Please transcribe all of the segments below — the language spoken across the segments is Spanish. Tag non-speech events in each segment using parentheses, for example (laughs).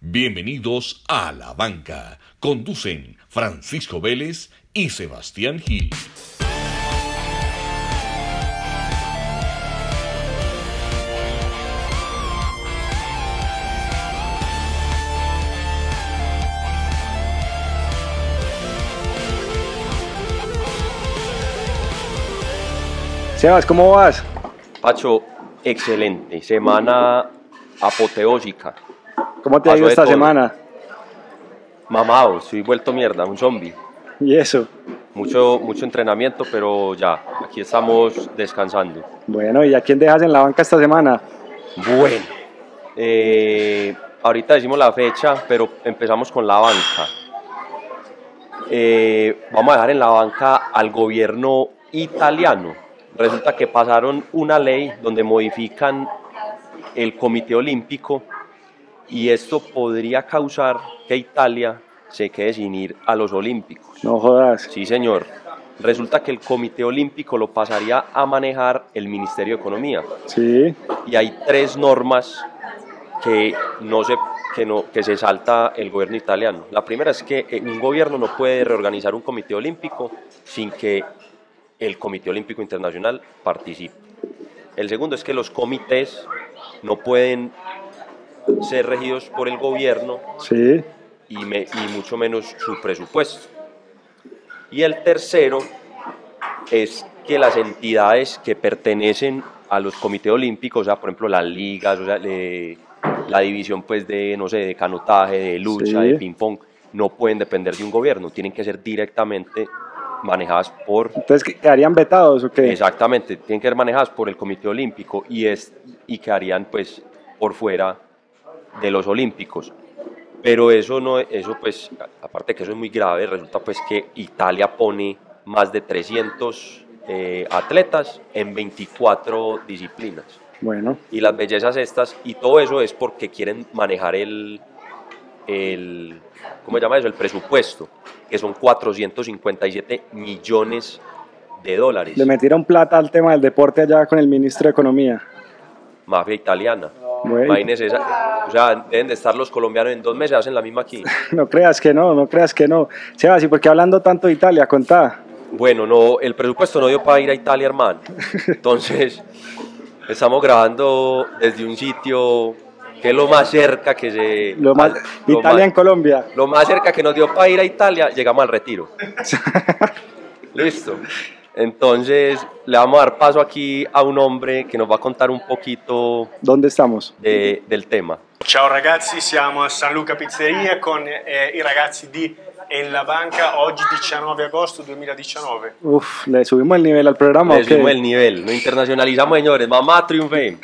Bienvenidos a La Banca. Conducen Francisco Vélez y Sebastián Gil. Sebas, ¿cómo vas? Pacho, excelente. Semana apoteósica. ¿Cómo te ha Pasó ido de esta todo. semana? Mamado, soy vuelto mierda, un zombie. Y eso. Mucho, mucho entrenamiento, pero ya, aquí estamos descansando. Bueno, ¿y a quién dejas en la banca esta semana? Bueno, eh, ahorita decimos la fecha, pero empezamos con la banca. Eh, vamos a dejar en la banca al gobierno italiano. Resulta que pasaron una ley donde modifican el Comité Olímpico y esto podría causar que Italia se quede sin ir a los Olímpicos. No jodas. Sí, señor. Resulta que el Comité Olímpico lo pasaría a manejar el Ministerio de Economía Sí. y hay tres normas que no se que no que se salta el gobierno italiano. La primera es que eh, un gobierno no puede reorganizar un comité olímpico sin que el Comité Olímpico Internacional participe. El segundo es que los comités no pueden ser regidos por el gobierno Sí. y, me- y mucho menos su presupuesto. Y el tercero es que las entidades que pertenecen a los comités olímpicos, o sea, por ejemplo, las ligas, o sea, le- la división pues de, no sé, de canotaje, de lucha, Sí. de ping-pong, no pueden depender de un gobierno, tienen que ser directamente manejadas por... Entonces, ¿qué- ¿quedarían vetados o qué? Exactamente, tienen que ser manejadas por el comité olímpico y, es, y quedarían pues por fuera de los olímpicos. Pero eso no, eso pues, a- aparte que eso es muy grave, resulta pues que Italia pone más de 300 eh, atletas en 24 disciplinas. Bueno, Y las bellezas estas, y todo eso es porque quieren manejar el, el ¿cómo se llama eso? El presupuesto, que son 457 millones de dólares. le metieron plata al tema del deporte allá con el ministro de Economía. mafia italiana. Güey. Imagínense, esa- o sea, deben de estar los colombianos en dos meses, hacen la misma aquí. No creas que no, no creas que no. Sebas, ¿y por qué hablando tanto de Italia? Contá. Bueno, no, el presupuesto no dio para ir a Italia, hermano. Entonces, estamos grabando desde un sitio que es lo más cerca que se... Lo más, al- Ah, lo Italia en más- Colombia. lo más cerca que nos dio para ir a Italia, llegamos al retiro. Listo. Entonces, le vamos a dar paso aquí a un hombre que nos va a contar un poquito ¿Dónde estamos? de- del tema. Ciao ragazzi, siamo a San Luca Pizzeria con eh, i ragazzi di En la Banca oggi 19 agosto 2019. Uf, le subimos el nivel al programa. Le o qué? subimos el nivel, lo internacionalizamos, señores. (laughs) Mamá, triunfé.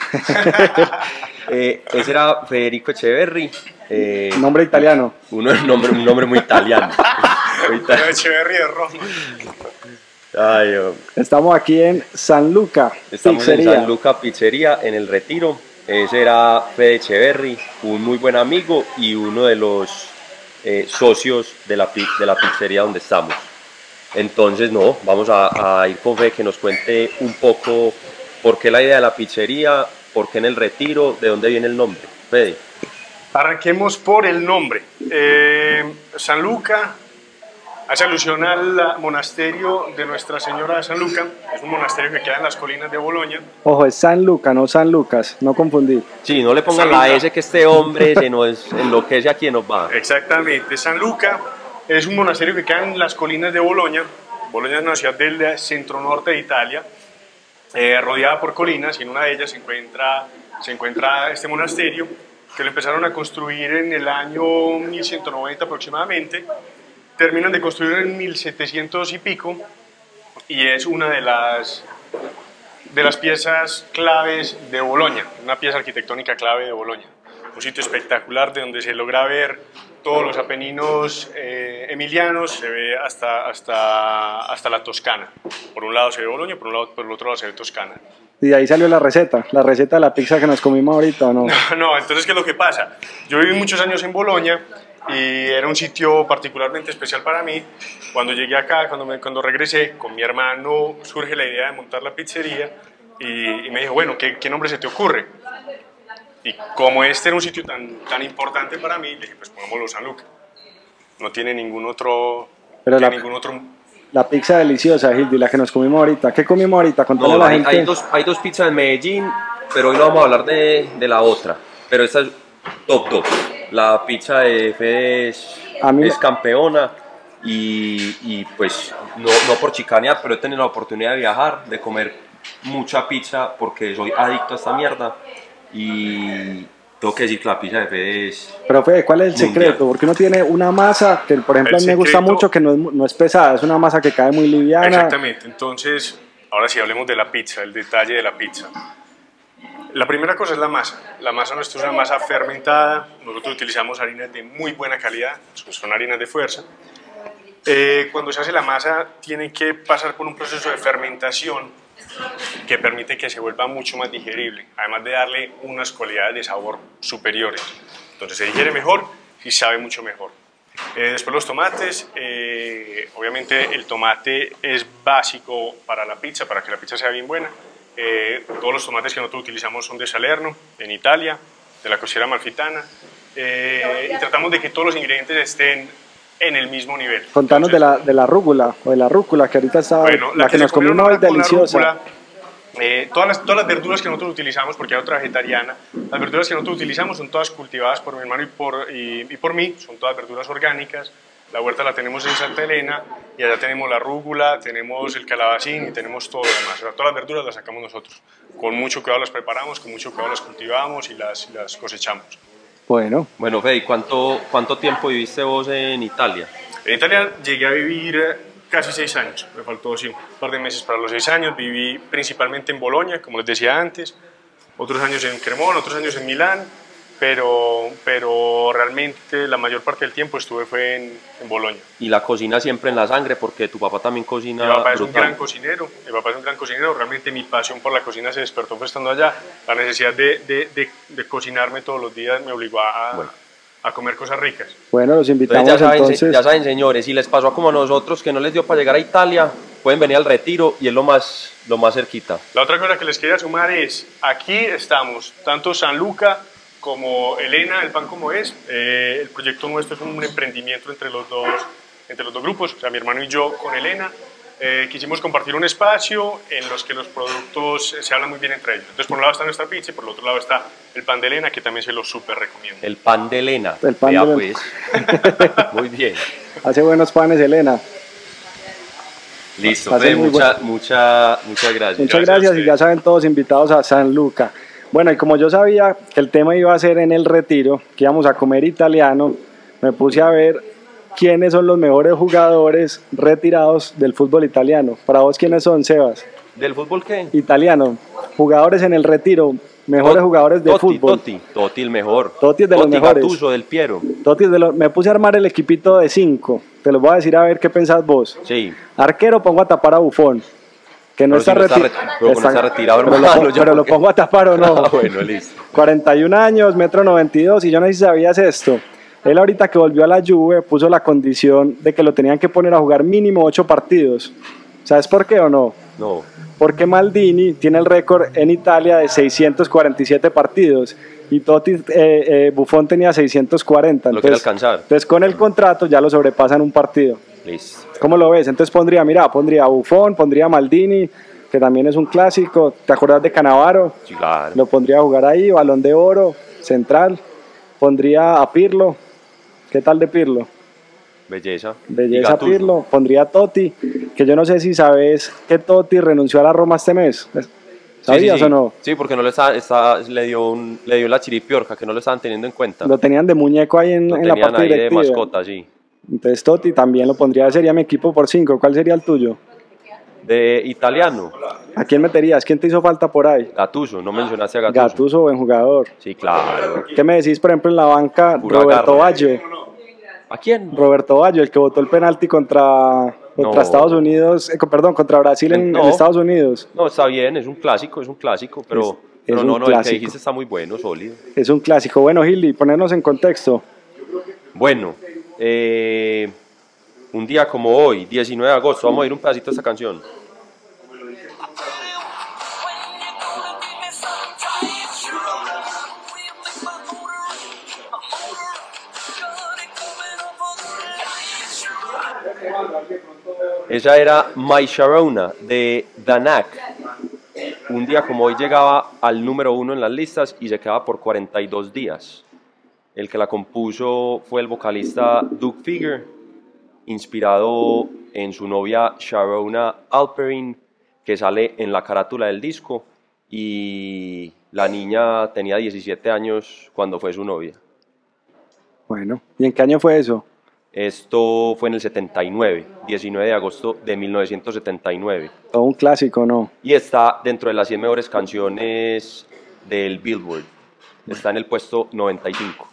Eh, ese era Federico Echeverri. eh, Nombre italiano. uno- un, nombre, un nombre (laughs) muy italiano. Muy Dove ita- c'è il Rio e Roma. Ay, oh. Estamos aquí en San Luca. Estamos Pizzería. en San Luca Pizzería, en el Retiro. Ese era Fede Echeverri, un muy buen amigo y uno de los eh, socios de la, pi- de la pizzería donde estamos. Entonces, no, vamos a, a ir con Fede que nos cuente un poco por qué la idea de la pizzería, por qué en el Retiro, de dónde viene el nombre. Fede, Arranquemos por el nombre. Eh, San Luca hace alusión al monasterio de Nuestra Señora de San Luca. Es un monasterio que queda en las colinas de Bolonia. Ojo, es San Luca, no San Lucas. No confundí. sí, no le pongan la S que este hombre se nos enloquece a quien nos (laughs) va. Exactamente, San Luca es un monasterio que queda en las colinas de Bolonia. Bolonia es una ciudad del centro norte de Italia, eh, rodeada por colinas, y en una de ellas se encuentra, se encuentra este monasterio que lo empezaron a construir en el año 1190 aproximadamente. Terminan de construir en 1700 y pico, y es una de las, de las piezas claves de Bolonia, una pieza arquitectónica clave de Bolonia. Un sitio espectacular de donde se logra ver todos los apeninos eh, emilianos, se ve hasta, hasta, hasta la Toscana. Por un lado se ve Bolonia, por, un lado, por el otro lado se ve Toscana. Y de ahí salió la receta, la receta de la pizza que nos comimos ahorita, ¿o no? No, (laughs) entonces, ¿qué es lo que pasa? Yo viví muchos años en Bolonia y era un sitio particularmente especial para mí. Cuando llegué acá, cuando, me- cuando regresé con mi hermano, surge la idea de montar la pizzería y, y me dijo, bueno, ¿qué, qué nombre se te ocurre? Y como este era un sitio tan, tan importante para mí, le dije, pues pongámoslo San Luca. No tiene ningún otro... Pero tiene la- ningún otro La pizza deliciosa, Hildi, la que nos comimos ahorita. ¿Qué comimos ahorita? Contale a No, la hay, gente. hay dos, hay dos pizzas en Medellín, pero hoy no vamos a hablar de, de la otra. Pero esta es top, top. La pizza de Fede es, A mí- es campeona y, y, pues no, no por chicanear, pero he tenido la oportunidad de viajar, de comer mucha pizza porque soy adicto a esta mierda y tengo que decir que la pizza de Fede es... Pero Fede, ¿cuál es el Mundial. secreto? Porque uno tiene una masa que, por ejemplo, El a mí me gusta secreto- mucho, que no es, mu- no es pesada, es una masa que cae muy liviana. Exactamente. Entonces, ahora sí hablemos de la pizza, el detalle de la pizza. La primera cosa es la masa. La masa nuestra es una masa fermentada. Nosotros utilizamos harinas de muy buena calidad, son harinas de fuerza. Eh, cuando se hace la masa, tiene que pasar por un proceso de fermentación que permite que se vuelva mucho más digerible, además de darle unas cualidades de sabor superiores. Entonces se digiere mejor y sabe mucho mejor. Eh, después los tomates, eh, obviamente el tomate es básico para la pizza, para que la pizza sea bien buena. Eh, todos los tomates que nosotros utilizamos son de Salerno, en Italia, de la cocina malfitana, y tratamos de que todos los ingredientes estén en el mismo nivel. Contanos de Entonces, la, de la rúcula, o de la rúcula, que ahorita estaba, bueno, la, que, nos se comieron comimos hoy, ahora con la deliciosa. rúcula, eh, todas, las, todas las verduras que nosotros utilizamos, porque hay otra vegetariana, las verduras que nosotros utilizamos son todas cultivadas por mi hermano y por, y, y por mí, son todas verduras orgánicas. La huerta la tenemos en Santa Elena y allá tenemos la rúcula, tenemos el calabacín y tenemos todo lo demás. O sea, todas las verduras las sacamos nosotros. Con mucho cuidado las preparamos, con mucho cuidado las cultivamos y las, y las cosechamos. Bueno, Bueno, Fede, ¿y ¿cuánto, ¿cuánto tiempo viviste vos en Italia? En Italia llegué a vivir eh, casi seis años, me faltó sí, un par de meses para los seis años. Viví principalmente en Bolonia, como les decía antes, otros años en Cremona, otros años en Milán, pero, pero realmente la mayor parte del tiempo estuve fue en, en Bolonia. Y la cocina siempre en la sangre porque tu papá también cocina... Mi papá es un Ah, brutal. gran cocinero, mi papá es un gran cocinero, realmente mi pasión por la cocina se despertó fue estando allá. La necesidad de, de- de- de cocinarme todos los días me obligó a, Bueno. a comer cosas ricas. bueno, los invitamos Entonces ya, saben, entonces. ya saben, señores, si les pasó como a nosotros que no les dio para llegar a Italia, pueden venir al retiro y es lo más, lo más cerquita. La otra cosa que les quería sumar es, aquí estamos, tanto San Luca como Elena, el pan como es. Eh, el proyecto nuestro es un emprendimiento entre los dos, entre los dos grupos, o sea, mi hermano y yo con Elena. Eh, quisimos compartir un espacio en los que los productos eh, se hablan muy bien entre ellos. Entonces, por un lado está nuestra pizza y por el otro lado está el pan de Elena, que también se lo súper recomiendo. El pan de Elena. El pan Vea, de Elena. (laughs) pues. Muy bien. Hace buenos panes, Elena. Listo. Pasen Fede, muy mucha, mucha, muchas gracias. Muchas Gracias gracias, a y ya ustedes. saben todos invitados a San Luca. Bueno, y como yo sabía que el tema iba a ser en el retiro, que íbamos a comer italiano, me puse a ver quiénes son los mejores jugadores retirados del fútbol italiano. Para vos, ¿quiénes son, Sebas? ¿Del fútbol qué? Italiano, jugadores en el retiro, mejores Tot- jugadores de Totti, fútbol. Totti, Totti el mejor. Totti es de los mejores. Gattuso, del Piero. Totis, de los- me puse a armar el equipito de cinco. Te los voy a decir a ver qué pensás vos. Sí. Arquero pongo a tapar a Bufón. Que no Pero si está, no está reti- reti- pero que no está retirado, pero lo, hermano, pongo- ya pero lo porque- pongo a tapar (laughs) o no. Ah, bueno, listo. 41 años, metro 92, y yo no sé si sabías esto. Él ahorita que volvió a la Juve puso la condición de que lo tenían que poner a jugar mínimo 8 partidos. ¿Sabes por qué o no? No. Porque Maldini tiene el récord en Italia de 647 partidos y Totti eh, eh, Buffon tenía 640. Lo entonces- quiere alcanzar. Entonces con el contrato ya lo sobrepasan un partido. Listo. ¿Cómo lo ves? Entonces pondría, mira, pondría Buffon, pondría Maldini, que también es un clásico. ¿Te acordás de Canavaro? Sí, claro. Lo pondría a jugar ahí, balón de oro, central. Pondría a Pirlo. ¿Qué tal de Pirlo? Belleza. Y Belleza Gattuso. Pirlo. Pondría a Totti, que yo no sé si sabes que Totti renunció a la Roma este mes. Sí, sí, ¿Sabías sí. o no? Sí, porque no le, está, está- le, dio un, le dio la chiripiorca, que no lo estaban teniendo en cuenta. Lo tenían de muñeco ahí en, Lo en la tenían parte ahí de directiva. mascota, sí. Entonces Totti también lo pondría, sería mi equipo por cinco. ¿Cuál sería el tuyo? De italiano, ¿A quién meterías? ¿Quién te hizo falta por ahí? Gatuso, no mencionaste a Gatuso. Gatuso, buen jugador. Sí, claro. ¿Qué me decís, por ejemplo, en la banca? Pura Roberto garra. Baggio. ¿A quién? Roberto Baggio, el que votó el penalti contra, contra No. Estados Unidos, eh, co- perdón, contra Brasil en, No. en Estados Unidos. No, está bien, es un clásico, es un clásico, pero, Es- pero es no, un no, el que clásico. dijiste está muy bueno, sólido. Es un clásico. Bueno, Gilly, ponernos en contexto. Bueno, eh, un día como hoy, 19 de agosto, vamos a ir un pedacito de esta canción. When you're gonna give me some type of truth. Esa era My Sharona de Danak. Un día como hoy llegaba al número uno en las listas y se quedaba por 42 días. El que la compuso fue el vocalista Duke Figure, inspirado en su novia Sharona Alperin, que sale en la carátula del disco. Y la niña tenía 17 años cuando fue su novia. Bueno, ¿y en qué año fue eso? Esto fue en el 79, 19 de agosto de 1979. Todo un clásico, ¿no? Y está dentro de las 100 mejores canciones del Billboard. Está en el puesto 95.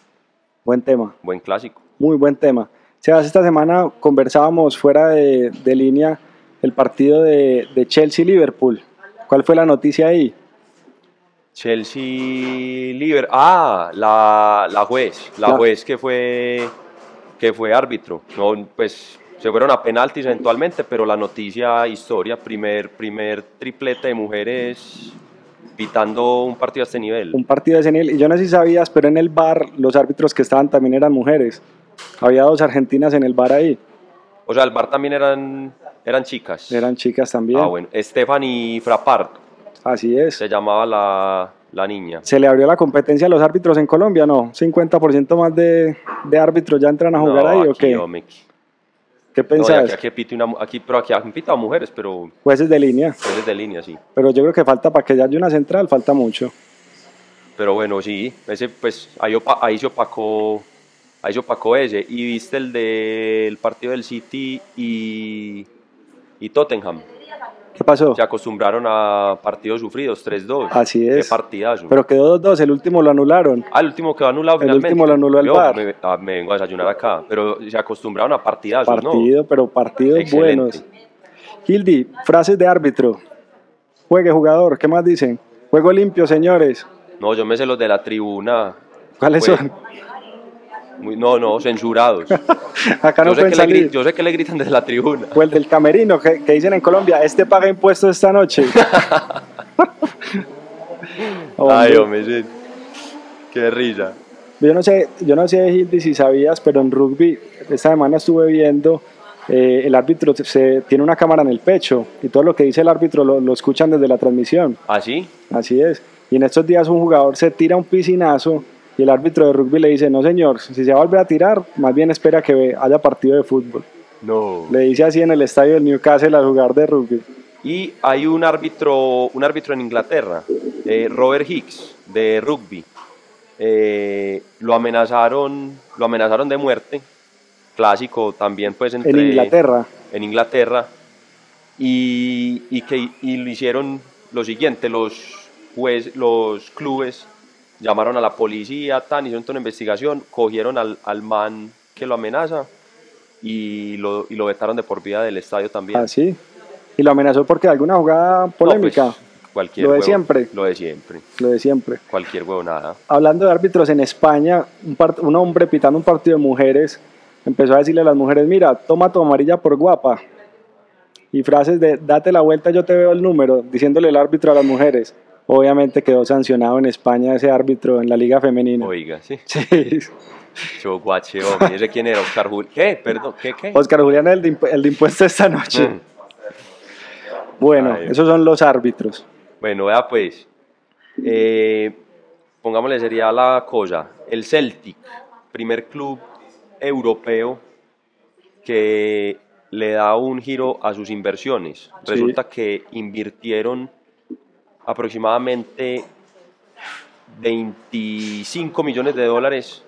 Buen tema, Buen clásico. muy buen tema. Sebas, esta semana conversábamos fuera de, de línea el partido de, de Chelsea-Liverpool. ¿Cuál fue la noticia ahí? Chelsea Liver. Ah, la, la juez. La La- juez que fue, que fue árbitro. No, pues se fueron a penaltis eventualmente, pero la noticia, historia, primer, primer triplete de mujeres pitando un partido a este nivel. Un partido de senil. Y yo no sé si sabías, pero en el bar los árbitros que estaban también eran mujeres. Había dos argentinas en el bar ahí. O sea, el bar también eran, eran chicas. Eran chicas también. Ah, bueno. Stephanie Frappard Así es. se llamaba la, la niña. Se le abrió la competencia a los árbitros en Colombia, ¿no? 50% más de, de árbitros ya entran a jugar No, ahí, ¿o aquí, qué? hombre. ¿Qué No, y pensás? aquí, aquí, pita una, mu- aquí, pero aquí han pitado mujeres, pero Jueces de línea. jueces de línea, sí. Pero yo creo que falta para que ya haya una central, falta mucho. Pero bueno, sí, ese, pues ahí, opa- ahí se opacó. Ahí se opacó ese. Y viste el del partido del City y, y Tottenham. ¿Qué pasó? Se acostumbraron a partidos sufridos, 3-2. Así es. Qué partidazo. Pero quedó 2-2, el último lo anularon. Ah, el último quedó anulado El finalmente. último lo anuló el Yo VAR. Me, ah, me vengo a desayunar acá. Pero se acostumbraron a partidazos, ¿no? Partido, pero partidos Excelente. buenos. Hildi, frases de árbitro. Juegue jugador, ¿qué más dicen? Juego limpio, señores. No, yo me sé los de la tribuna. ¿Cuáles Pues, son? (laughs) muy- no, no, censurados. Acá no yo, sé pueden que le, gri- salir. yo sé que le gritan desde la tribuna. O el del camerino, que, que dicen en Colombia, este paga impuestos esta (laughs) noche. Hombre, Ay, hombre, sí. Qué risa. yo no sé, yo no sé, Hildi, si sabías, pero en rugby, esta semana estuve viendo, eh, el árbitro se, tiene una cámara en el pecho y todo lo que dice el árbitro lo, lo escuchan desde la transmisión. ¿Así? Así es. Y en estos días un jugador se tira un piscinazo y el árbitro de rugby le dice, no señor, si se va a volver a tirar, más bien espera que haya partido de fútbol. no. Le dice así en el estadio del Newcastle al jugador de rugby. Y hay un árbitro, un árbitro en Inglaterra, eh, Robert Hicks, de rugby. Eh, lo amenazaron, lo amenazaron de muerte. Clásico también, pues entre En Inglaterra. en Inglaterra y, y que y lo hicieron lo siguiente, los, juez, los clubes llamaron a la policía, tan, hicieron toda una investigación, cogieron al, al man que lo amenaza y lo, y lo vetaron de por vida del estadio también. Así. Y lo amenazó porque alguna jugada No, polémica, pues, cualquier Lo de huevo- siempre. Lo de siempre, lo de siempre. cualquier huevonada. Hablando de árbitros en España, un, par- un hombre pitando un partido de mujeres empezó a decirle a las mujeres, mira, toma tu amarilla por guapa. Y frases de, date la vuelta, yo te veo el número, diciéndole el árbitro a las mujeres. Obviamente quedó sancionado en España ese árbitro en la liga femenina. Oiga, sí. (laughs) Sí. Yo guache, hombre, ¿ese quién era? Oscar Jul- ¿Qué? Perdón, ¿qué, qué? Oscar Julián, el de, imp- el de impuestos esta noche. Mm. Bueno, Ay. esos son los árbitros. Bueno, vea pues. Eh, pongámosle sería la cosa. El Celtic, primer club europeo que le da un giro a sus inversiones. Sí. Resulta que invirtieron aproximadamente 25 millones de dólares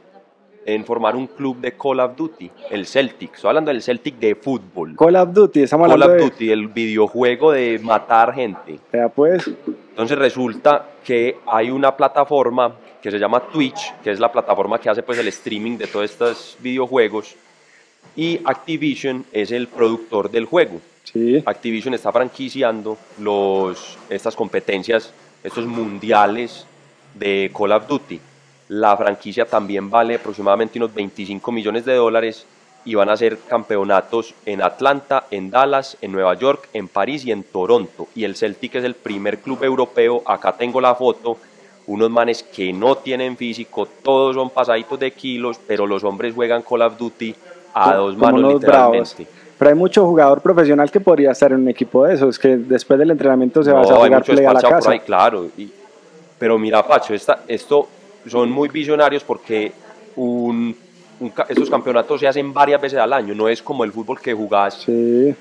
en formar un club de Call of Duty, el Celtic. Estoy hablando del Celtic de fútbol. Call of Duty, estamos Call hablando de... of Duty, el videojuego de matar gente. Vea, pues, Entonces resulta que hay una plataforma que se llama Twitch, que es la plataforma que hace pues el streaming de todos estos videojuegos y Activision es el productor del juego. sí. Activision está franquiciando los, estas competencias, estos mundiales de Call of Duty. La franquicia también vale aproximadamente unos 25 millones de dólares y van a hacer campeonatos en Atlanta, en Dallas, en Nueva York, en París y en Toronto. Y el Celtic es el primer club europeo, acá tengo la foto, unos manes que no tienen físico, todos son pasaditos de kilos, pero los hombres juegan Call of Duty a dos Como manos unos bravos. literalmente. Pero hay mucho jugador profesional que podría estar en un equipo de esos, que después del entrenamiento se va a hay jugar mucho play a la espacio por casa. ahí, claro. y- pero mira, Pacho, esta, esto son muy visionarios porque un, un ca- estos campeonatos se hacen varias veces al año. No es como el fútbol que jugás. Sí,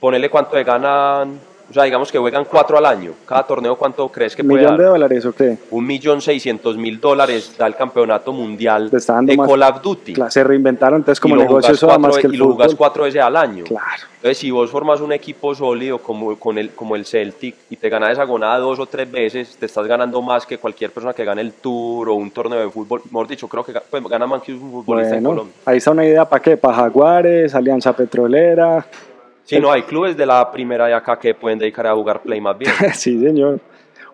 Ponerle cuánto le ganan. O sea, digamos que juegan cuatro al año. Cada torneo, ¿cuánto crees que un puede millón dar? de dólares o qué. Un millón seiscientos mil dólares da el campeonato mundial Te está dando de más- Call of Duty. Claro, se reinventaron, entonces como y lo, negocio jugás eso da cuatro, e, más que y el lo jugás fútbol. cuatro veces al año. Claro. Entonces, si vos formas un equipo sólido como con el, como el Celtic y te ganas esa gonada dos o tres veces, te estás ganando más que cualquier persona que gane el Tour o un torneo de fútbol. Mejor dicho, creo que ga- pues, gana más que un futbolista en Bueno, Colombia. ahí está una idea para qué, para Jaguares, Alianza Petrolera. (laughs) Sí, no, hay clubes de la primera de acá que pueden dedicar a jugar play más (laughs) bien. sí, señor.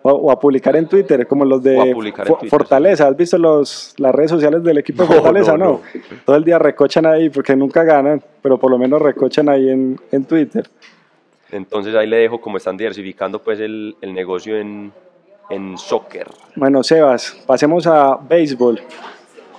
O, o a publicar en Twitter, como los de O a publicar en Fo- Twitter, Fortaleza. ¿Has visto los, las redes sociales del equipo de No, Fortaleza? no, No, Todo el día recochan ahí porque nunca ganan, pero por lo menos recochan ahí en, en Twitter. Entonces ahí le dejo como están diversificando pues el, el negocio en, en soccer. Bueno, Sebas, pasemos a béisbol.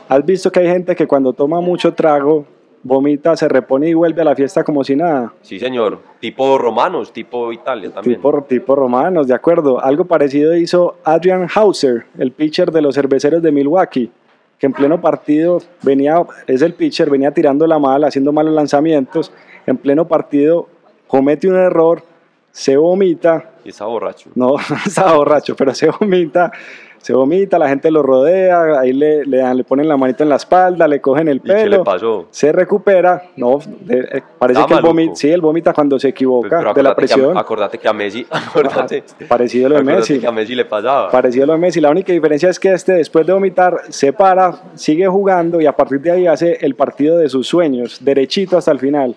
¿Has visto que hay gente que cuando toma mucho trago, vomita, se repone y vuelve a la fiesta como si nada? Sí, señor. Tipo romanos, tipo Italia también. Tipo, tipo romanos, de acuerdo. Algo parecido hizo Adrian Hauser, el pitcher de los cerveceros de Milwaukee, que en pleno partido venía, es el pitcher, venía tirando la mala, haciendo malos lanzamientos. En pleno partido comete un error, se vomita, Y está borracho. no (laughs) estaba borracho, pero se vomita, se vomita, la gente lo rodea, ahí le, le, dan- le ponen la manita en la espalda, le cogen el ¿Y qué le pelo. pasó? Se recupera, no, de- eh, parece Está que él vomita, maluco. sí, él vomita cuando se equivoca Pero de la acordate que a- presión. acordate que a Messi, (laughs) acordate, parecido a lo de acordate Messi. Ah, que a Messi le pasaba. Parecido a lo de Messi. La única diferencia es que este, después de vomitar, se para, sigue jugando y a partir de ahí hace el partido de sus sueños, derechito hasta el final.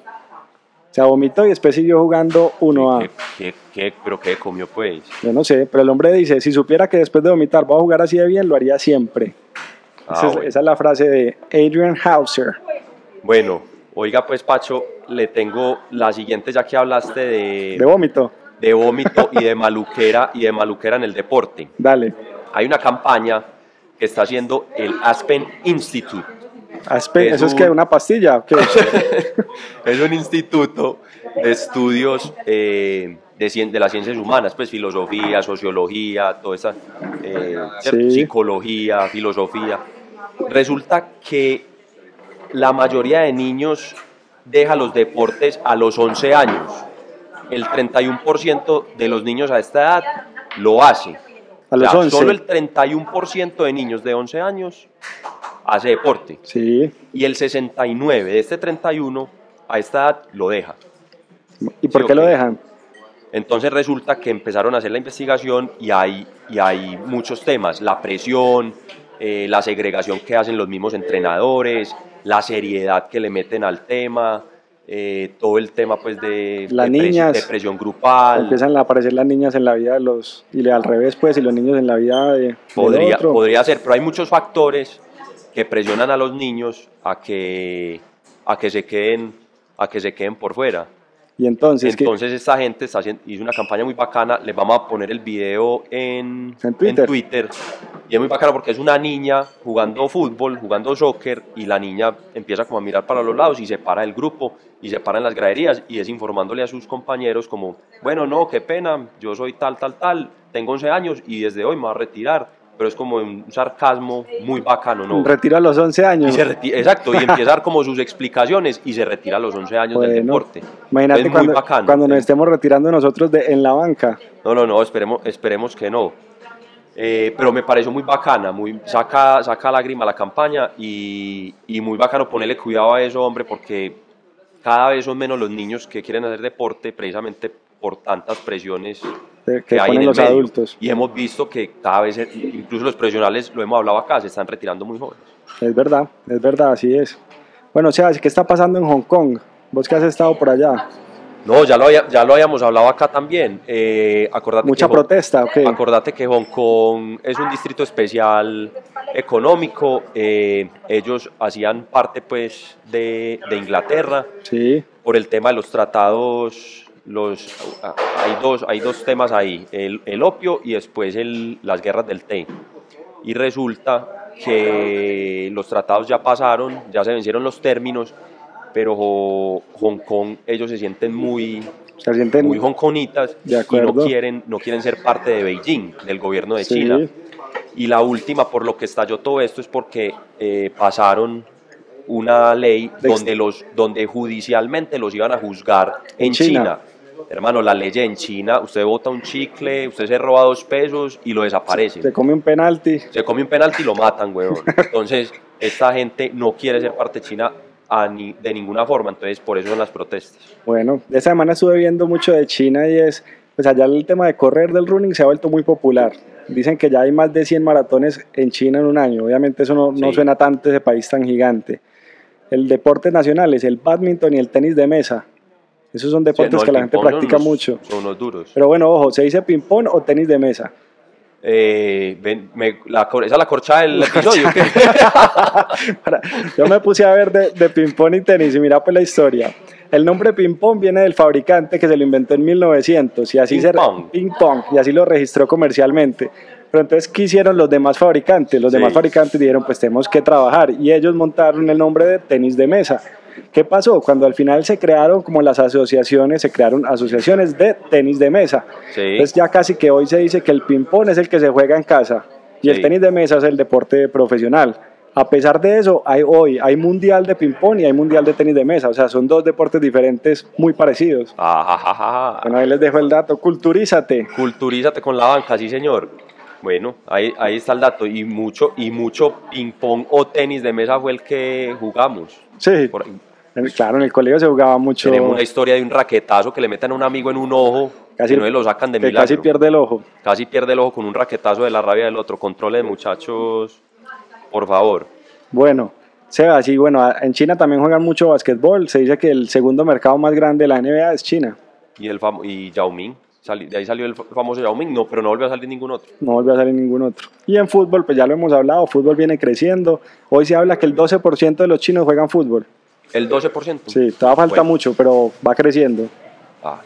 Se vomitó y después siguió jugando uno a ¿Qué- qué- qué- pero qué comió pues? Yo no sé, pero el hombre dice, si supiera que después de vomitar va a jugar así de bien, lo haría siempre. Ah, esa, es, bueno. esa es la frase de Adrian Hauser. Bueno, oiga pues Pacho, le tengo la siguiente ya que hablaste De de, vómito, de vómito y de maluquera y de maluquera en el deporte. dale. Hay una campaña que está haciendo el Aspen Institute. Aspe- Es Ah, ¿Eso es un- que una pastilla? (laughs) o qué? es un instituto de estudios eh, de, cien- de las ciencias humanas, pues filosofía, sociología, toda esa eh, Sí. psicología, filosofía. Resulta que la mayoría de niños deja los deportes a los 11 años. El 31% de los niños a esta edad lo hace. A los 11. Solo el 31% de niños de 11 años hace deporte Sí. y el 69 de este 31 a esta edad lo deja. ¿Y por Sí, qué lo ok. dejan? Entonces resulta que empezaron a hacer la investigación y hay, y hay muchos temas, la presión, eh, la segregación que hacen los mismos entrenadores, la seriedad que le meten al tema, eh, todo el tema pues de, Las de presi- niñas. de presión grupal. Empiezan a aparecer las niñas en la vida de los... Y le- al revés, pues, y los niños en la vida de... del Podría, otro. podría ser, pero hay muchos factores que presionan a los niños a que, a que, se, queden, a que se queden por fuera. Y entonces, ¿qué? Entonces esta gente está haciendo, hizo una campaña muy bacana, les vamos a poner el video en, En Twitter. Y es muy bacana porque es una niña jugando fútbol, jugando soccer, y la niña empieza como a mirar para los lados y se para del grupo y se para en las graderías y es informándole a sus compañeros como, bueno, no, qué pena, yo soy tal, tal, tal, tengo 11 años y desde hoy me voy a retirar. Pero es como un sarcasmo muy bacano, ¿no? retiro a los 11 Y años. se (laughs) reti- exacto, y empezar como sus explicaciones y se retira a los 11 años del Bueno, deporte. Imagínate Es muy cuando, bacano. cuando nos estemos retirando nosotros de, en la banca. No, no, no, esperemos, esperemos que no. Eh, pero me pareció muy bacana, muy, saca, saca lágrima la campaña y, y muy bacano ponerle cuidado a eso, hombre, porque cada vez son menos los niños que quieren hacer deporte precisamente por tantas presiones de- que que hay en ponen el los medio. adultos. Y hemos visto que cada vez, eh, incluso los profesionales, lo hemos hablado acá, se están retirando muy jóvenes. Es verdad, es verdad, así es. Bueno, o sea, ¿qué está pasando en Hong Kong? Vos que has estado por allá. No, ya lo, había- ya lo habíamos hablado acá también. Eh, acordate ¿Mucha que Hong- protesta o qué? Acordate que Hong Kong es un distrito especial económico. eh, ellos hacían parte, pues, de, de Inglaterra Sí, por el tema de los tratados. Los, ah, hay, dos, hay dos temas ahí: el, el opio y después el- las guerras del té. Y resulta que los tratados ya pasaron, ya se vencieron los términos pero Hong Kong, ellos se sienten muy, Se sienten muy hongkonitas De y no acuerdo. quieren, no quieren ser parte de Beijing, del gobierno de Sí. China. Y la última, por lo que estalló todo esto, es porque eh, pasaron una ley De ex- donde, los, donde judicialmente los iban a juzgar en China. China. Hermano, la ley en China, usted bota un chicle, usted se roba dos pesos y lo desaparece. se come un penalti. Se come un penalti y lo matan, weón. Entonces, esta gente no quiere ser parte de China a ni- de ninguna forma, entonces por eso son las protestas. Bueno, esta semana estuve viendo mucho de China y es, pues allá el tema de correr del running se ha vuelto muy popular. Dicen que ya hay más de 100 maratones en China en un año. Obviamente eso no, no Sí. suena tanto ese país tan gigante. El deporte nacional es el badminton y el tenis de mesa. Esos son deportes Sí, no, el que la gente ping-pong practica son unos- mucho. Son unos duros. Pero bueno, ojo, ¿se dice ping-pong o tenis de mesa? Eh, ven, me- la cor- esa es la corcha del episodio. ¿o qué? (laughs) Para- Yo me puse a ver de, de ping-pong y tenis y mira pues la historia. El nombre ping-pong viene del fabricante que se lo inventó en 1900 y así se Ping-pong. ping-pong y así lo registró comercialmente. Pero entonces ¿qué hicieron los demás fabricantes? Los Sí. demás fabricantes dijeron, pues tenemos que trabajar y ellos montaron el nombre de tenis de mesa. ¿Qué pasó? Cuando al final se crearon como las asociaciones, se crearon asociaciones de tenis de mesa. Sí. Entonces Pues ya casi que hoy se dice que el ping-pong es el que se juega en casa y el Sí. tenis de mesa es el deporte profesional. A pesar de eso, hay hoy hay mundial de ping-pong y hay mundial de tenis de mesa. O sea, son dos deportes diferentes muy parecidos. Ajajaja. Bueno, ahí les dejo el dato. Culturízate. Culturízate con la banca, sí señor. Bueno, ahí, ahí está el dato. Y mucho, y mucho ping pong o tenis de mesa fue el que jugamos. Sí. Por ahí. En- Claro, en el colegio se jugaba mucho. Tenemos una historia de un raquetazo que le meten a un amigo en un ojo, Casi- que no se lo sacan de que milagro. casi pierde el ojo. Casi pierde el ojo con un raquetazo de la rabia del otro. Controles, muchachos, por favor. Bueno, Seba, sí, bueno, a- en China también juegan mucho basquetbol. Se dice que el segundo mercado más grande de la NBA es China. Y, el famo- y Yao Ming, sali- de ahí salió el fa- famoso Yao Ming, no, pero no volvió a salir ningún otro. no volvió a salir ningún otro. Y en fútbol, pues ya lo hemos hablado, fútbol viene creciendo. Hoy se habla que el 12% de los chinos juegan fútbol. El 12%. Sí, todavía falta Bueno. mucho, pero va creciendo. Ah,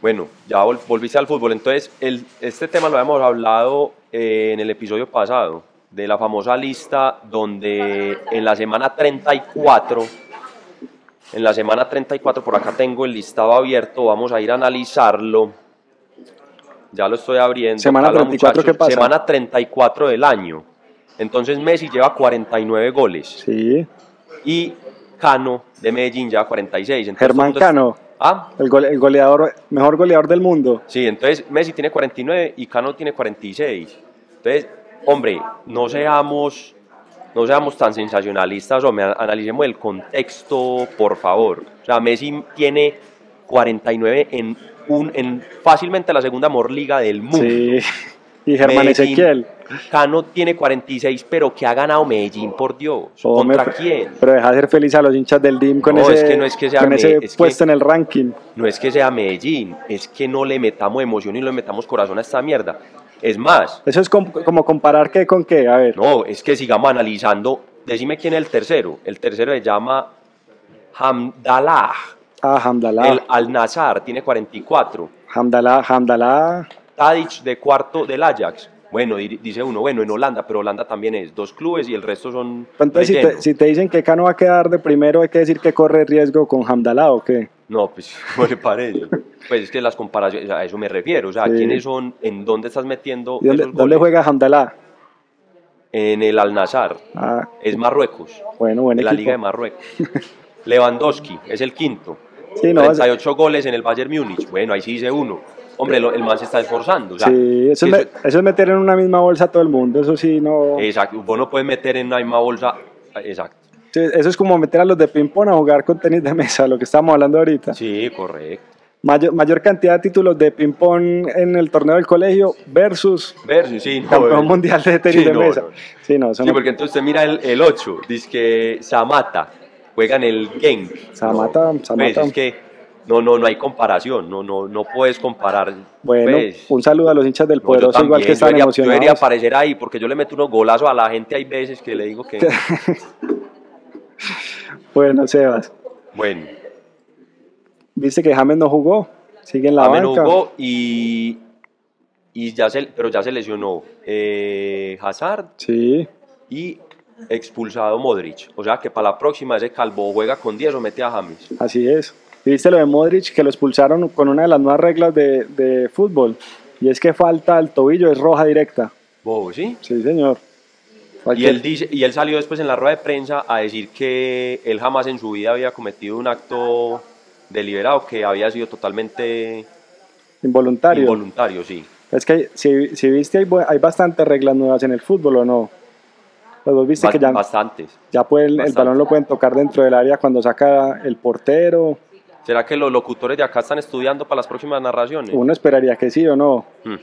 bueno, ya vol- volviste al fútbol. Entonces, el, este tema lo habíamos hablado eh, en el episodio pasado, de la famosa lista donde en la semana 34, en la semana 34, por acá tengo el listado abierto, vamos a ir a analizarlo. Ya lo estoy abriendo. Semana Calma, 34, muchachos. ¿qué pasa? Semana 34 del año. Entonces Messi lleva 49 goles Sí, y Cano de Medellín lleva 46. Entonces, Germán todo el mundo es- Cano. Ah, el, gol- el goleador, mejor goleador del mundo. Sí, entonces Messi tiene 49 y Cano tiene 46. Entonces, hombre, no seamos, no seamos tan sensacionalistas, hombre, analicemos el contexto, por favor. O sea, Messi tiene 49 en, un, en fácilmente la segunda mejor liga del mundo. Sí. (laughs) Y Germán Medellín, Ezequiel. Cano tiene 46, pero que ha ganado Medellín, por Dios? Hombre, ¿Contra pero- quién? Pero deja hacer feliz a los hinchas del DIM con No, ese, es que no es que sea con me- ese es que- puesto en el ranking. No es que sea Medellín, es que no le metamos emoción y no le metamos corazón a esta mierda. Es más, Eso es com- como comparar qué con qué. A ver, No, es que sigamos analizando. Decime quién es el tercero. El tercero se llama Hamdalah. ah, Hamdalá. El Al-Nazar tiene 44. Hamdalá, Hamdalá. Tadic de cuarto del Ajax. Bueno, di- dice uno, bueno, en Holanda, pero Holanda también es dos clubes y el resto son. Entonces, si te, relleno. si te dicen que Cano va a quedar de primero, hay que decir que corre riesgo con Hamdalá o qué. No, pues, (laughs) no le parece. Pues es que las comparaciones, a eso me refiero. O sea, Sí. ¿quiénes son? ¿En dónde estás metiendo? ¿Y ¿Dónde, esos dónde goles? juega Hamdalá? En el Al-Nazar. Ah, Es Marruecos. bueno, buen de la equipo. Liga de Marruecos. Lewandowski es el quinto. Sí, no, 38 goles en el Bayern Múnich. Bueno, ahí sí hice uno. Hombre, lo- el man se está esforzando. o sea, sí, eso, si es me- eso- eso es meter en una misma bolsa a todo el mundo, eso sí, no. Exacto. Vos no puedes meter en una misma bolsa. Exacto. sí, Eso es como meter a los de ping-pong a jugar con tenis de mesa, lo que estamos hablando ahorita. Sí, correcto. Mayor, mayor cantidad de títulos de ping-pong en el torneo del colegio versus Versus, sí, no, campeón eh. mundial de tenis Sí, de no, mesa. no, no. Sí, no, eso Sí, no- porque entonces usted mira el, 8, dice que Samata juega en el Genk. Samata, No, Samata. pues, es que no, no, no hay comparación, no, no, no puedes comparar. Bueno, pues. un saludo a los hinchas del No, yo poderoso, igual también, que yo están debería, yo emocionados. debería aparecer ahí porque yo le meto unos golazos a la gente. Hay veces que le digo (laughs) que. Bueno, Sebas, bueno, viste que James no jugó, sigue en la James no banca. jugó y. y ya se, pero ya se lesionó eh, Hazard Sí, y expulsado Modric. O sea que para la próxima ese Calvo juega con 10 o mete a James. Así es. Y viste lo de Modric que lo expulsaron con una de las nuevas reglas de, de fútbol. Y es que falta al tobillo, es roja directa. Bobo, ¿sí? Sí, señor. Y él, dice, y él salió después en la rueda de prensa a decir que él jamás en su vida había cometido un acto deliberado, que había sido totalmente Involuntario. involuntario, sí. Es que si, si viste, hay, bu- hay bastantes reglas nuevas en el fútbol o no. Pues vos viste Ba- que ya, Bastantes. ya puede el, el bastante. balón lo pueden tocar dentro del área cuando saca el portero. ¿Será que los locutores de acá están estudiando para las próximas narraciones? Uno esperaría que sí o no. Mm.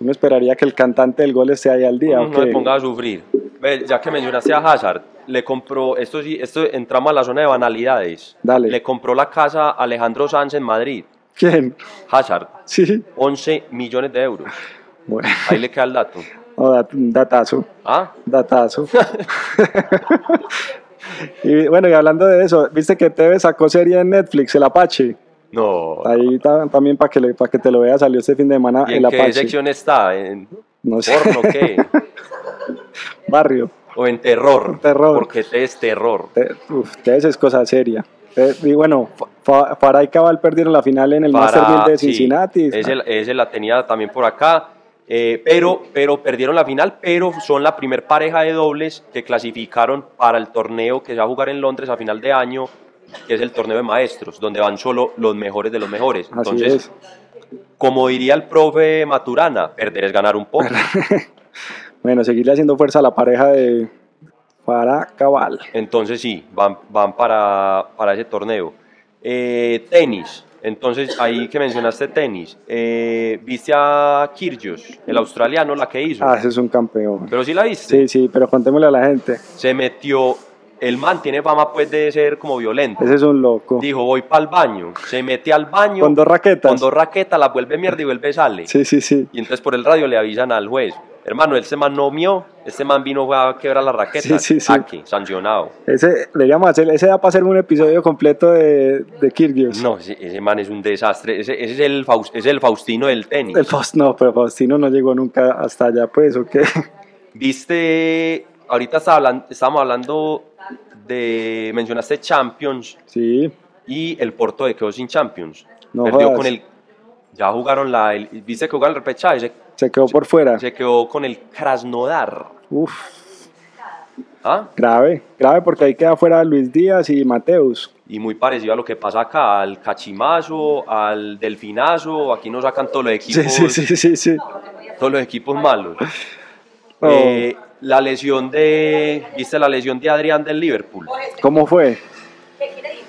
Uno esperaría que el cantante del gol esté ahí al día. No ¿o me qué? ponga a sufrir. Ve, Ya que mencionaste a Hazard, le compró, esto sí, esto entramos a la zona de banalidades. Dale. Le compró la casa a Alejandro Sanz en Madrid. ¿Quién? Hazard, Sí. 11 millones de euros. Bueno, Ahí le queda el dato. no, dat- datazo. ¿Ah? (laughs) Datazo. y bueno, y hablando de eso, viste que TV sacó serie en Netflix, El Apache. No. Ahí ta- también para que, le- pa' que te lo veas salió este fin de semana ¿Y El en qué Apache. sección está? ¿En No sé. porno qué? (laughs) Barrio. ¿O en terror? Terror. Porque este es terror. Te- Uf, ustedes es cosa seria. Eh, y bueno, Fa- Farah y Cabal perdieron la final en el Para- Mastermind de sí, Cincinnati. ese, la- ese la tenía también por acá. eh, pero, pero perdieron la final, pero son la primer pareja de dobles que clasificaron para el torneo que se va a jugar en Londres a final de año, que es el torneo de maestros, donde van solo los mejores de los mejores. Ah, Así Entonces, es. como diría el profe Maturana, perder es ganar un poco. (laughs) Bueno, seguirle haciendo fuerza a la pareja de Farah Cabal. Entonces sí, van, van para, para ese torneo. Eh, tenis. Entonces, ahí que mencionaste tenis, eh, viste a Kyrgios, el australiano, la que hizo. Ah, ese es un campeón. Pero sí la viste. Sí, sí, pero contémosle a la gente. Se metió. El man tiene fama pues de ser como violento. Ese es un loco. Dijo, voy para el baño. Se mete al baño. Con dos raquetas. Con dos raquetas, la vuelve mierda y vuelve sale. Sí, sí, sí. Y entonces por el radio le avisan al juez. Hermano, este man no mió. Este man vino a quebrar la raqueta. Sí, sí, sí. Aquí, sancionado. Ese, deberíamos hacer, ese da para hacer un episodio completo de, de Kyrgios. No, ese, ese man es un desastre. Ese, ese es, el Faus- es el Faustino del tenis. El Faust, no, pero Faustino no llegó nunca hasta allá, pues, ¿o qué? (laughs) Viste, ahorita estaba hablan- estábamos hablando de, mencionaste Champions. Sí, y el Porto de quedó sin Champions. No Perdió jodas. con el. Ya jugaron la. el- ¿Viste que jugaron el repechaje? Se, se quedó por fuera. se quedó con el Krasnodar. Uf, ¿ah? grave, grave porque ahí queda fuera Luis Díaz y Mateus. Y muy parecido a lo que pasa acá, al Cachimazo, al Delfinazo. Aquí nos sacan todos los Sí, equipos, sí, sí, sí, sí. Todos los equipos malos. No. Eh, la lesión de. ¿Viste la lesión de Adrián del Liverpool? Oh, ¿Cómo fue?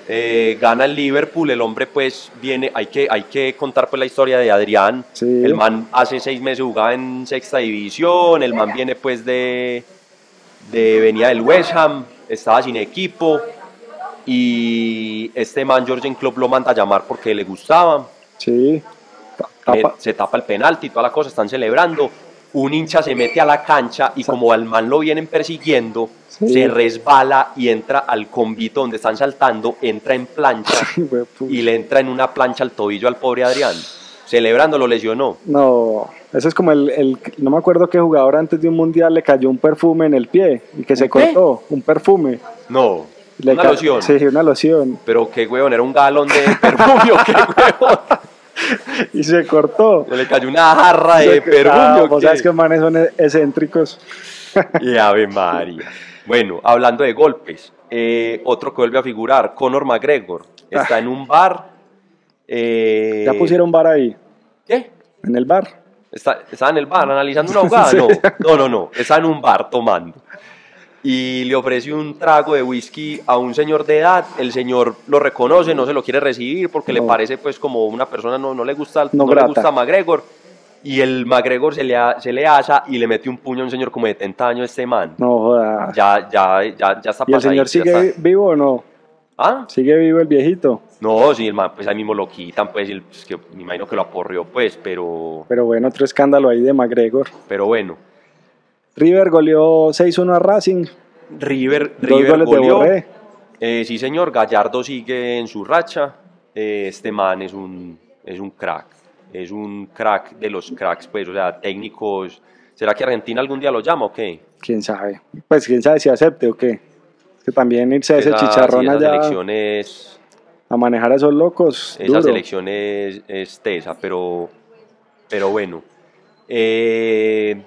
Eh, gana el Liverpool, el hombre pues viene, hay que, hay que contar pues la historia de Adrián, Sí. el man hace seis meses jugaba en sexta división, el man viene pues de, de venía del West Ham, estaba sin equipo y este man Jorgen Klopp lo manda a llamar porque le gustaba, Sí. Ta- eh, tapa- se tapa el penalti y toda la cosa, están celebrando. Un hincha se mete a la cancha y como al man lo vienen persiguiendo, Sí. se resbala y entra al convito donde están saltando, entra en plancha (laughs) Hijo de pu- y le entra en una plancha al tobillo al pobre Adrián. Celebrando lo lesionó. No, eso es como el, el- no me acuerdo qué jugador antes de un mundial le cayó un perfume en el pie y que se cortó, un perfume. No, Le una ca- loción. Sí, una loción. Pero qué huevón, era un galón de (laughs) perfume, ¿o qué huevón. Y se cortó. Le cayó una jarra de Ah, perfume. ¿o vos qué? sabes que los manes son e- excéntricos. Y Ave María. Bueno, hablando de golpes, eh, otro que vuelve a figurar, Conor McGregor, está en un bar. eh, Ya pusieron bar ahí, ¿Qué? en el bar. Está, estaba en el bar (laughs) analizando una jugada. Ah. Sí. No, no, no, no. Está en un bar tomando. Y le ofrece un trago de whisky a un señor de edad. El señor lo reconoce, no se lo quiere recibir porque le No. parece, pues, como una persona no, no le gusta, No no, le grata. gusta McGregor. Y el McGregor se le, a- se le asa y le mete un puño a un señor como de 70 años, este man. No joda. Ya, ya, ya, ya está ¿Y el señor pasadito, sigue ya vi- está- vivo o no? ¿Ah? ¿Sigue vivo el viejito? No, sí, el man, pues ahí mismo lo quitan, pues, y el- pues, que me imagino que lo aporrió, pues, pero, Pero bueno, otro escándalo ahí de McGregor. pero bueno. River goleó 6-1 a Racing. River, Dos River goles de goleó. Borré. Eh, sí, señor, Gallardo sigue en su racha. Eh, este man es un, es un crack. Es un crack de los cracks, pues, o sea, técnicos. ¿Será que Argentina algún día lo llama o qué? quién sabe. Pues quién sabe si acepte o qué. Que también irse a ese Esa- sí, chicharrón esas allá elecciones, a manejar a esos locos. esa duro. selección es, es tesa, pero, pero bueno. Eh,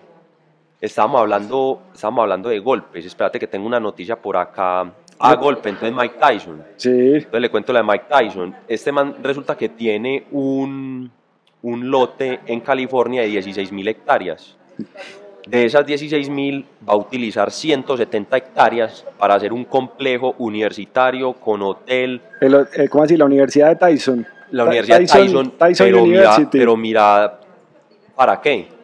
estábamos, hablando, estábamos hablando de golpes. Espérate que tengo una noticia por acá. Ah, golpe, entonces Mike Tyson. Sí, Entonces le cuento la de Mike Tyson. Este man resulta que tiene un, un lote en California de 16.000 hectáreas. De esas 16.000 va a utilizar 170 hectáreas para hacer un complejo universitario con hotel. el, el- ¿cómo así? La Universidad de Tyson. La Ta- Universidad de Tyson, pero, mira, University. pero mira, ¿para qué?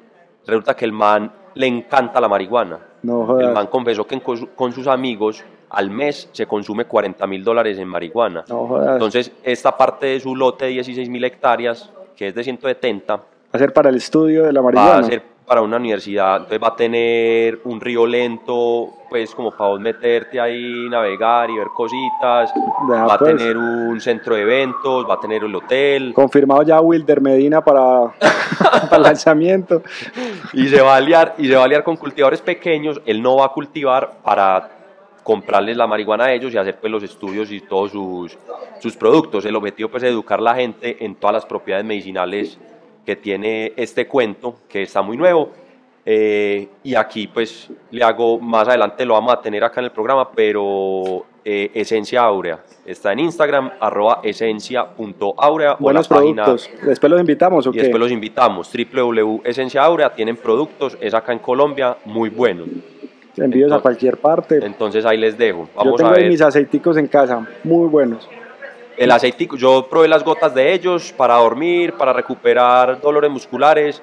Resulta que el man le encanta la marihuana. no El jodas. man confesó que en- con, su- con sus amigos al mes se consume 40 mil dólares en marihuana. No jodas. Entonces, esta parte de su lote de 16.000 hectáreas, que es de 170, va a ser para el estudio de la va a marihuana. ser para una universidad. Entonces, va a tener un río lento, pues como para vos meterte ahí, navegar y ver cositas. Vea, va a pues. tener un centro de eventos, va a tener el hotel. Confirmado ya Wilder Medina (laughs) para, para el lanzamiento. Y se va a liar, y se va a liar con cultivadores pequeños. Él no va a cultivar para comprarles la marihuana a ellos y hacer pues los estudios y todos sus, sus productos. El objetivo pues es educar a la gente en todas las propiedades medicinales que tiene este cuento, que está muy nuevo. Eh, y aquí pues le hago, más adelante lo vamos a tener acá en el programa, pero eh, Esencia Áurea. Está en Instagram, arroba esencia.áurea. o la Buenos página- productos. Después los invitamos, ¿o y qué? después los invitamos. www Esencia Aurea tienen productos, es acá en Colombia, muy bueno. Envíos a Entonces- cualquier parte. Entonces ahí les dejo. Yo Vamos tengo a ahí ver. mis aceiticos en casa, muy buenos. El aceitico, yo probé las gotas de ellos para dormir, para recuperar dolores musculares.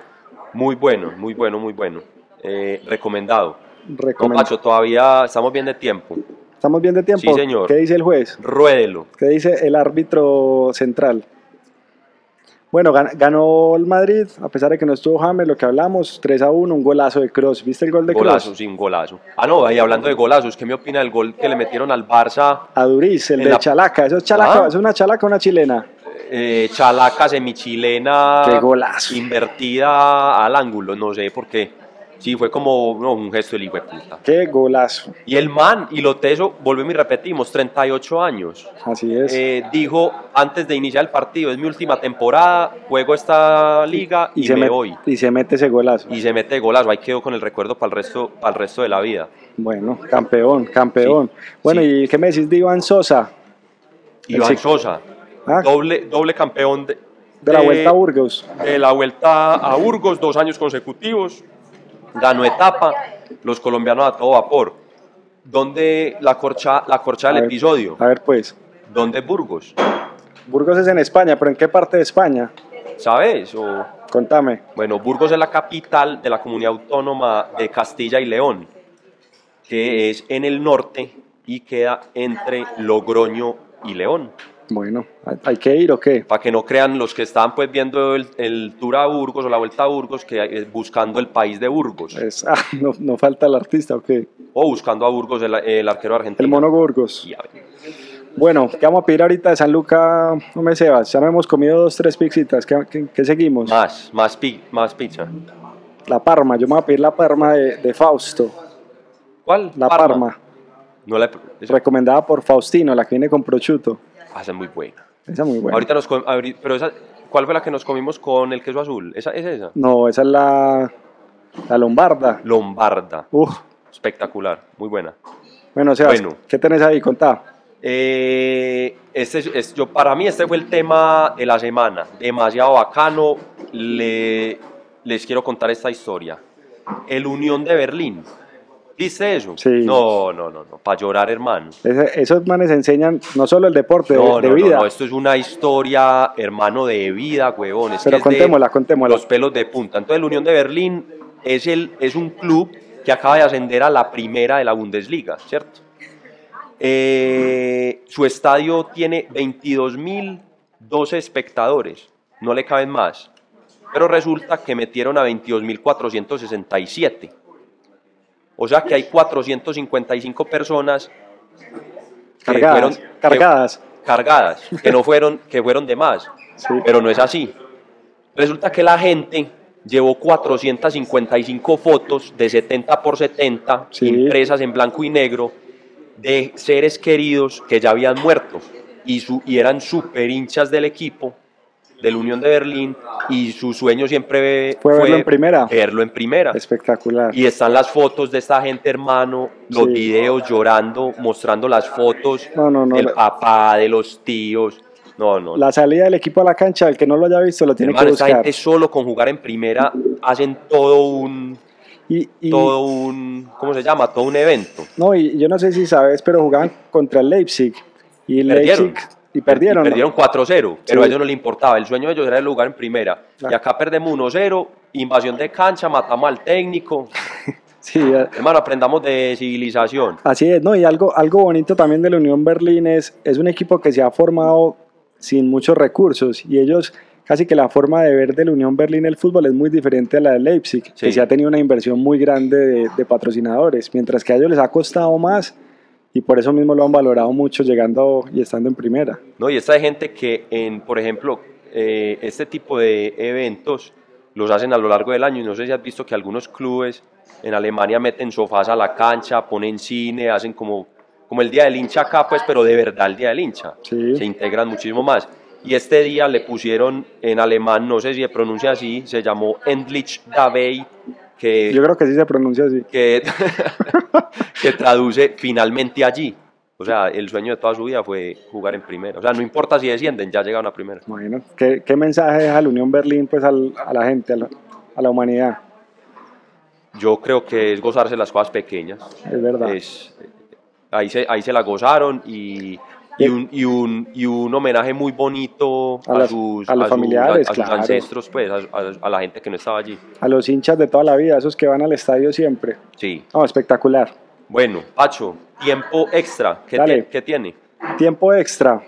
Muy bueno, muy bueno, muy bueno. Eh, recomendado. No, Recomiendo. Pacho, todavía estamos bien de tiempo. ¿Estamos bien de tiempo? Sí, señor. ¿Qué dice el juez? Ruédelo. ¿Qué dice el árbitro central? Bueno, gan- ganó el Madrid, a pesar de que no estuvo James, lo que hablamos, 3 a 1, un golazo de Cross. ¿Viste el gol de Golazo, Cross? sin golazo. Ah, no, ahí hablando de golazos, ¿qué me opina del gol que le metieron al Barça? A Duriz, el En de la- Chalaca. Eso es Chalaca, Ah. es una Chalaca, o una chilena. eh, chalaca semichilena Qué golazo. invertida al ángulo, no sé por qué. Sí, fue como no, un gesto del hijo de puta. Qué golazo. Y el man, y lo teso, volvemos y repetimos, 38 años. Así es. Eh, dijo antes de iniciar el partido, es mi última temporada, juego esta liga y, se me met- voy. y se mete ese golazo. Y se mete golazo, ahí quedó con el recuerdo para el resto, para el resto de la vida. Bueno, campeón, campeón. bueno, sí. ¿y qué me decís de Iván Sosa? El Iván sec- Sosa, Ah. doble, doble campeón de, De la de- Vuelta a Burgos. de Eh, la vuelta a Burgos, dos años consecutivos, ganó etapa, los colombianos a todo vapor. ¿Dónde la corcha, la corcha A del ver, episodio? A ver, pues. ¿Dónde Burgos? Burgos es en España, pero ¿en qué parte de España? ¿Sabes? O, Contame. bueno, Burgos es la capital de la comunidad autónoma de Castilla y León, que es en el norte y queda entre Logroño y León. Bueno, ¿hay- ¿hay que ir o qué? Para que no crean los que están pues viendo el, el tour a Burgos o la vuelta a Burgos, que eh, buscando el país de Burgos. Es- (laughs) ah, no, no falta el artista o qué. O buscando a Burgos, el, el arquero argentino. El mono Burgos. Y a ver, Bueno, ¿qué vamos a pedir ahorita de San Luca? No me sebas, ya no hemos comido dos, tres pixitas. ¿Qué, qué- qué seguimos? Más, más, pi- más pizza. La Parma, yo me voy a pedir la Parma de, de Fausto. ¿Cuál? La Parma. No la he- esa- recomendada por Faustino, la que viene con prosciutto. ah, esa es muy buena. Esa es muy buena. Ahorita nos com- ahorita- pero esa, ¿cuál fue la que nos comimos con el queso azul? ¿Esa es esa? No, esa es la, la Lombarda. Lombarda. Uf, Espectacular, muy buena. bueno, Sebas, Bueno. ¿qué tenés ahí? Contá. Eh, este es- es- yo, para mí este fue el tema de la semana, demasiado bacano. Le- les quiero contar esta historia. El Unión de Berlín. ¿Viste eso? Sí. No, no, no, no. Para llorar, hermano. Ese- esos manes enseñan no solo el deporte, No, de, de no, no, vida. no, esto es una historia, hermano, de vida, huevón. Es Pero que es de contémosla, contémosla. Los pelos de punta. Entonces, la Unión de Berlín es, el, es un club que acaba de ascender a la primera de la Bundesliga, ¿cierto? Eh, su estadio tiene 22.012 espectadores, no le caben más. Pero resulta que metieron a 22.467. O sea que hay 455 personas que cargadas. fueron- que- cargadas. cargadas, que no fueron, que fueron de más. Sí. Pero no es así. Resulta que la gente llevó 455 fotos de 70 por 70, Sí. impresas en blanco y negro, de seres queridos que ya habían muerto y, su, y eran super hinchas del equipo, de la Unión de Berlín, y su sueño siempre Fue verlo en primera. verlo en primera. Espectacular. Y están las fotos de esta gente, hermano, los Sí. videos llorando, mostrando las fotos No, no, no, del la- papá, de los tíos. No, no. La salida del equipo a la cancha, el que no lo haya visto, lo tiene hermano, que esta buscar. gente solo con jugar en primera hacen todo un, Y, y- todo un, ¿cómo se llama? Todo un evento. no, y yo no sé si sabes, pero jugaban contra el Leipzig. Y Perdieron. Leipzig. Y perdieron. Y perdieron 4-0, pero Sí. a ellos no les importaba. El sueño de ellos era el lugar en primera. Claro. Y acá perdemos 1-0, invasión de cancha, matamos al técnico. Sí, eh, Hermano, aprendamos de civilización. Así es, ¿no? Y algo, algo bonito también de la Unión Berlín es, es un equipo que se ha formado sin muchos recursos y ellos casi que la forma de ver de la Unión Berlín el fútbol es muy diferente a la de Leipzig, que Sí. se ha tenido una inversión muy grande de, de patrocinadores, mientras que a ellos les ha costado más y por eso mismo lo han valorado mucho llegando y estando en primera. No, y esta hay gente que, en, por ejemplo, eh, este tipo de eventos los hacen a lo largo del año. Y no sé si has visto que algunos clubes en Alemania meten sofás a la cancha, ponen cine, hacen como, como el día del hincha acá, pues, pero de verdad el día del hincha. Sí. Se integran muchísimo más. Y este día le pusieron en alemán, no sé si se pronuncia así, se llamó Endlich Dabei, que Yo creo que sí se pronuncia así. que, (laughs) que traduce finalmente allí. O sea, el sueño de toda su vida fue jugar en primera. O sea, no importa si descienden, ya llegaron a primera. Bueno, ¿qué, qué mensaje deja la Unión Berlín pues al- a la gente, a la- a la humanidad? Yo creo que es gozarse las cosas pequeñas. Es verdad. Es- ahí, se, ahí se la gozaron y, y, un, y, un, y un homenaje muy bonito A a, las- sus, a los sus- familiares, a sus claro. ancestros, pues, a, a- a la gente que no estaba allí. A los hinchas de toda la vida, esos que van al estadio siempre. Sí. No, espectacular. Bueno, Pacho, tiempo extra. ¿Qué, Dale. tie- qué tiene? Tiempo extra.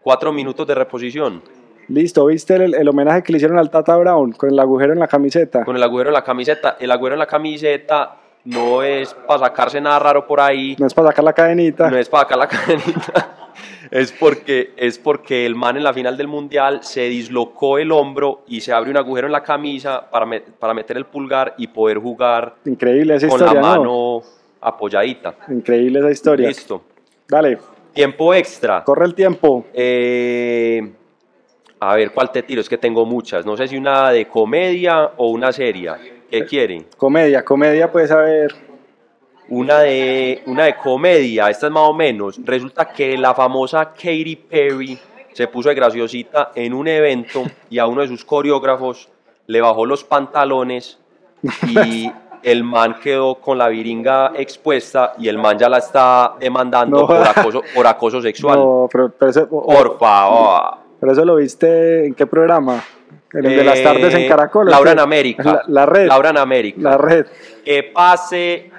Cuatro minutos de reposición. Listo, ¿viste el, el homenaje que le hicieron al Tata Brown con el agujero en la camiseta? con el agüero en la camiseta. El agüero en la camiseta no es para sacarse nada raro por ahí, No es para sacar la cadenita. no es para sacar la (laughs) cadenita. Es porque, es porque el man en la final del mundial se dislocó el hombro y se abre un agujero en la camisa para, me- para meter el pulgar y poder jugar Increíble esa con historia, la ¿no? mano apoyadita. Increíble esa historia. Listo. Dale, Tiempo extra. corre el tiempo. Eh, a ver, ¿cuál te tiro? Es que tengo muchas. No sé si una de comedia o una seria. Eh, ¿Qué quieren? Comedia, comedia, pues a ver. una de, una de comedia, esta es más o menos. Resulta que la famosa Katy Perry se puso de graciosita en un evento y a uno de sus coreógrafos le bajó los pantalones y (laughs) el man quedó con la viringa expuesta y el man ya la está demandando No. por, acoso, por acoso sexual. No, pero, pero eso, o- Por favor. pero eso lo viste en qué programa? En el de las Eh, tardes en Caracol. ¿o Laura qué? en América. La, la red. Laura en América. La red. Que pase.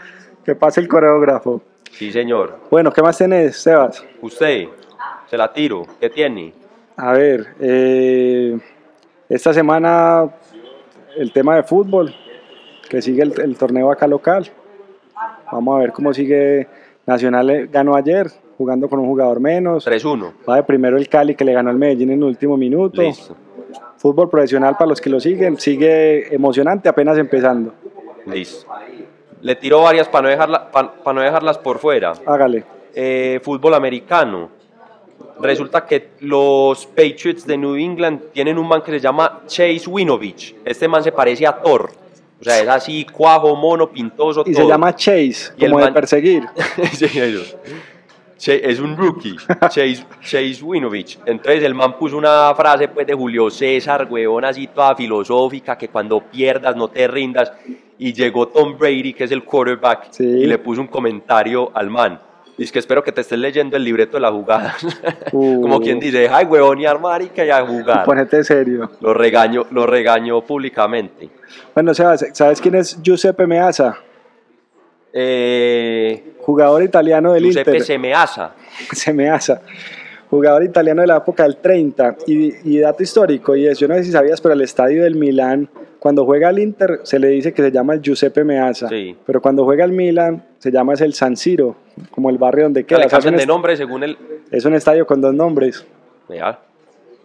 Que pase el coreógrafo. Sí, señor. Bueno, ¿qué más tenés, Sebas? Usted, se la tiro. ¿Qué tiene? A ver, eh, esta semana el tema de fútbol, que sigue el, el torneo acá local. Vamos a ver cómo sigue. Nacional eh, ganó ayer, jugando con un jugador menos. 3-1. Va de primero el Cali, que le ganó al Medellín en el último minuto. Listo. Fútbol profesional para los que lo siguen, sigue emocionante, apenas empezando. Listo. Le tiro varias para no, dejarla, pa- pa no dejarlas por fuera. Hágale. Eh, fútbol americano. Resulta que los Patriots de New England tienen un man que se llama Chase Winovich. Este man se parece a Thor. O sea, es así, cuajo, mono, pintoso. Y se todo. llama Chase, Y el como de man- perseguir. Sí, eso. Che- es un rookie, Chase, Chase Winovich. Entonces el man puso una frase pues, de Julio César, huevón, así toda filosófica, que cuando pierdas no te rindas. Y llegó Tom Brady, que es el quarterback, Sí. y le puso un comentario al man. Dice que espero que te estés leyendo el libreto de la jugada. (laughs) Uh. (laughs) Como quien dice, ay, huevón, y armar y que ya jugar. Ponete serio. Lo regañó, lo regañó públicamente. Bueno, Sebas, ¿sabes quién es Giuseppe Meazza? Eh, Jugador italiano del (laughs) Giuseppe Inter. Semeaza. se me asa. Jugador italiano de la época del 30 y, y dato histórico, y es, yo no sé si sabías, pero el estadio del Milán, cuando juega el Inter, se le dice que se llama el Giuseppe Meazza, Sí. pero cuando juega el Milan, se llama es el San Siro, como el barrio donde queda. Le O sea, es, un cambian de est- nombre según el, es un estadio con dos nombres. Vea,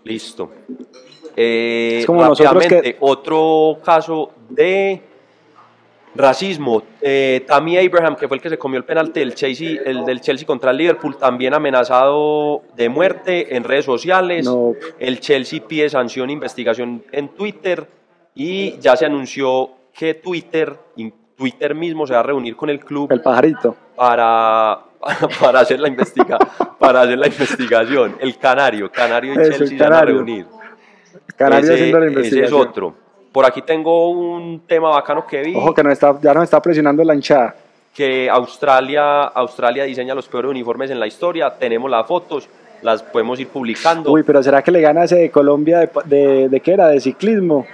listo. Eh, Es como nosotros rápidamente, que- otro caso de racismo. Eh, Tammy Abraham, que fue el que se comió el penalti del Chelsea, el del Chelsea contra el Liverpool, también amenazado de muerte en redes sociales. No. El Chelsea pide sanción e investigación en Twitter y ya se anunció que Twitter, in- Twitter mismo se va a reunir con el club El pajarito. para, (laughs) para, hacer la investiga, para hacer la investigación. El Canario, Canario y Eso, el Chelsea se van a Canario. reunir. Canario Ese- haciendo la ese es investigación. otro. Por aquí tengo un tema bacano que vi, Ojo que nos está, ya nos está presionando la hinchada. que Australia, Australia diseña los peores uniformes en la historia. Tenemos las fotos, las podemos ir publicando. Uy, pero ¿será que le gana ese de Colombia de, de, de qué era? De ciclismo.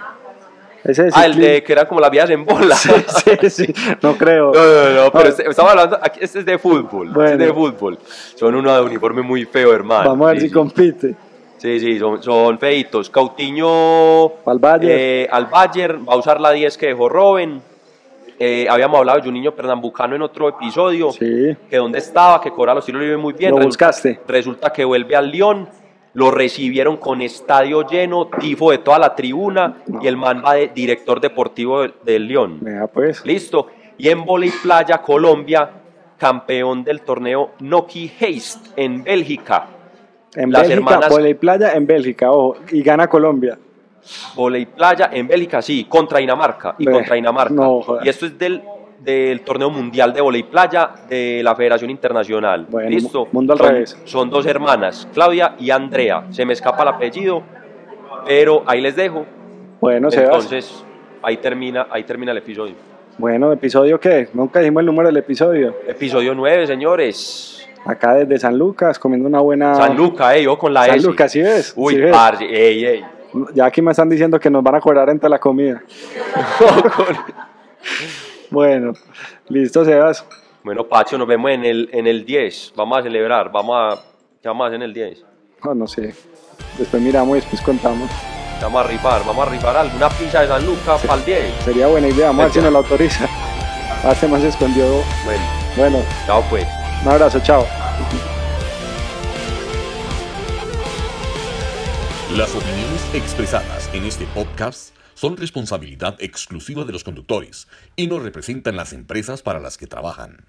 Ese de ah, el ciclismo. de que era como las vías en (laughs) bola. sí, sí, sí, no creo. (laughs) No, no, no, pero Ah. este- estamos hablando, aquí, este es de fútbol, este es de Bueno. fútbol. Son unos uniformes muy feos, hermano. Vamos a ver Sí, si sí. compite. Sí, sí, son, son feitos. Cautiño Al Bayern. eh, al Bayern, va a usar la 10 que dejó Robben. Eh, habíamos hablado de un niño pernambucano en otro episodio, Sí. que dónde estaba, que cobra los tiros libres muy bien. Lo Resulta- buscaste. Resulta que vuelve al Lyon, lo recibieron con estadio lleno, tifo de toda la tribuna, y el man va de director deportivo del, del Lyon. Vea, pues. Listo. Y en Voley Playa, Colombia, campeón del torneo Noki Heist en Bélgica. En Las Bélgica, hermanas- voley playa en Bélgica, ojo. Y gana Colombia. Voley Playa en Bélgica, sí, contra Dinamarca y Ve, contra Dinamarca. no, joder. y esto es del, del torneo mundial de Voley Playa de la Federación Internacional. Bueno, Listo. mundo al son, revés. son dos hermanas, Claudia y Andrea. Se me escapa el apellido, pero ahí les dejo. Bueno, Sebas. Entonces, ahí termina, ahí termina el episodio. Bueno, ¿episodio qué? Nunca dijimos el número del episodio. Episodio 9, señores. Acá desde San Lucas, comiendo una buena. San Luca, eh, yo con la Ah. San S. Lucas, ¿sí ves? Uy, ¿Sí ves? parce, ey, ey. (laughs) Ya aquí me están diciendo que nos van a cobrar entre la comida. Bueno, listo, Sebas. Bueno, Pacho, nos vemos en el, en el 10. Vamos a celebrar, vamos a... ¿Qué vamos a hacer en el 10? No, no sé. Después miramos y después contamos. Vamos a rifar, vamos a rifar alguna pizza de San Lucas para el 10. Sería buena idea. Vamos a ver si nos la autoriza. (laughs) Hace más se escondió. Bueno, Bueno, chao pues. un abrazo, chao. Las opiniones expresadas en este podcast son responsabilidad exclusiva de los conductores y no representan las empresas para las que trabajan.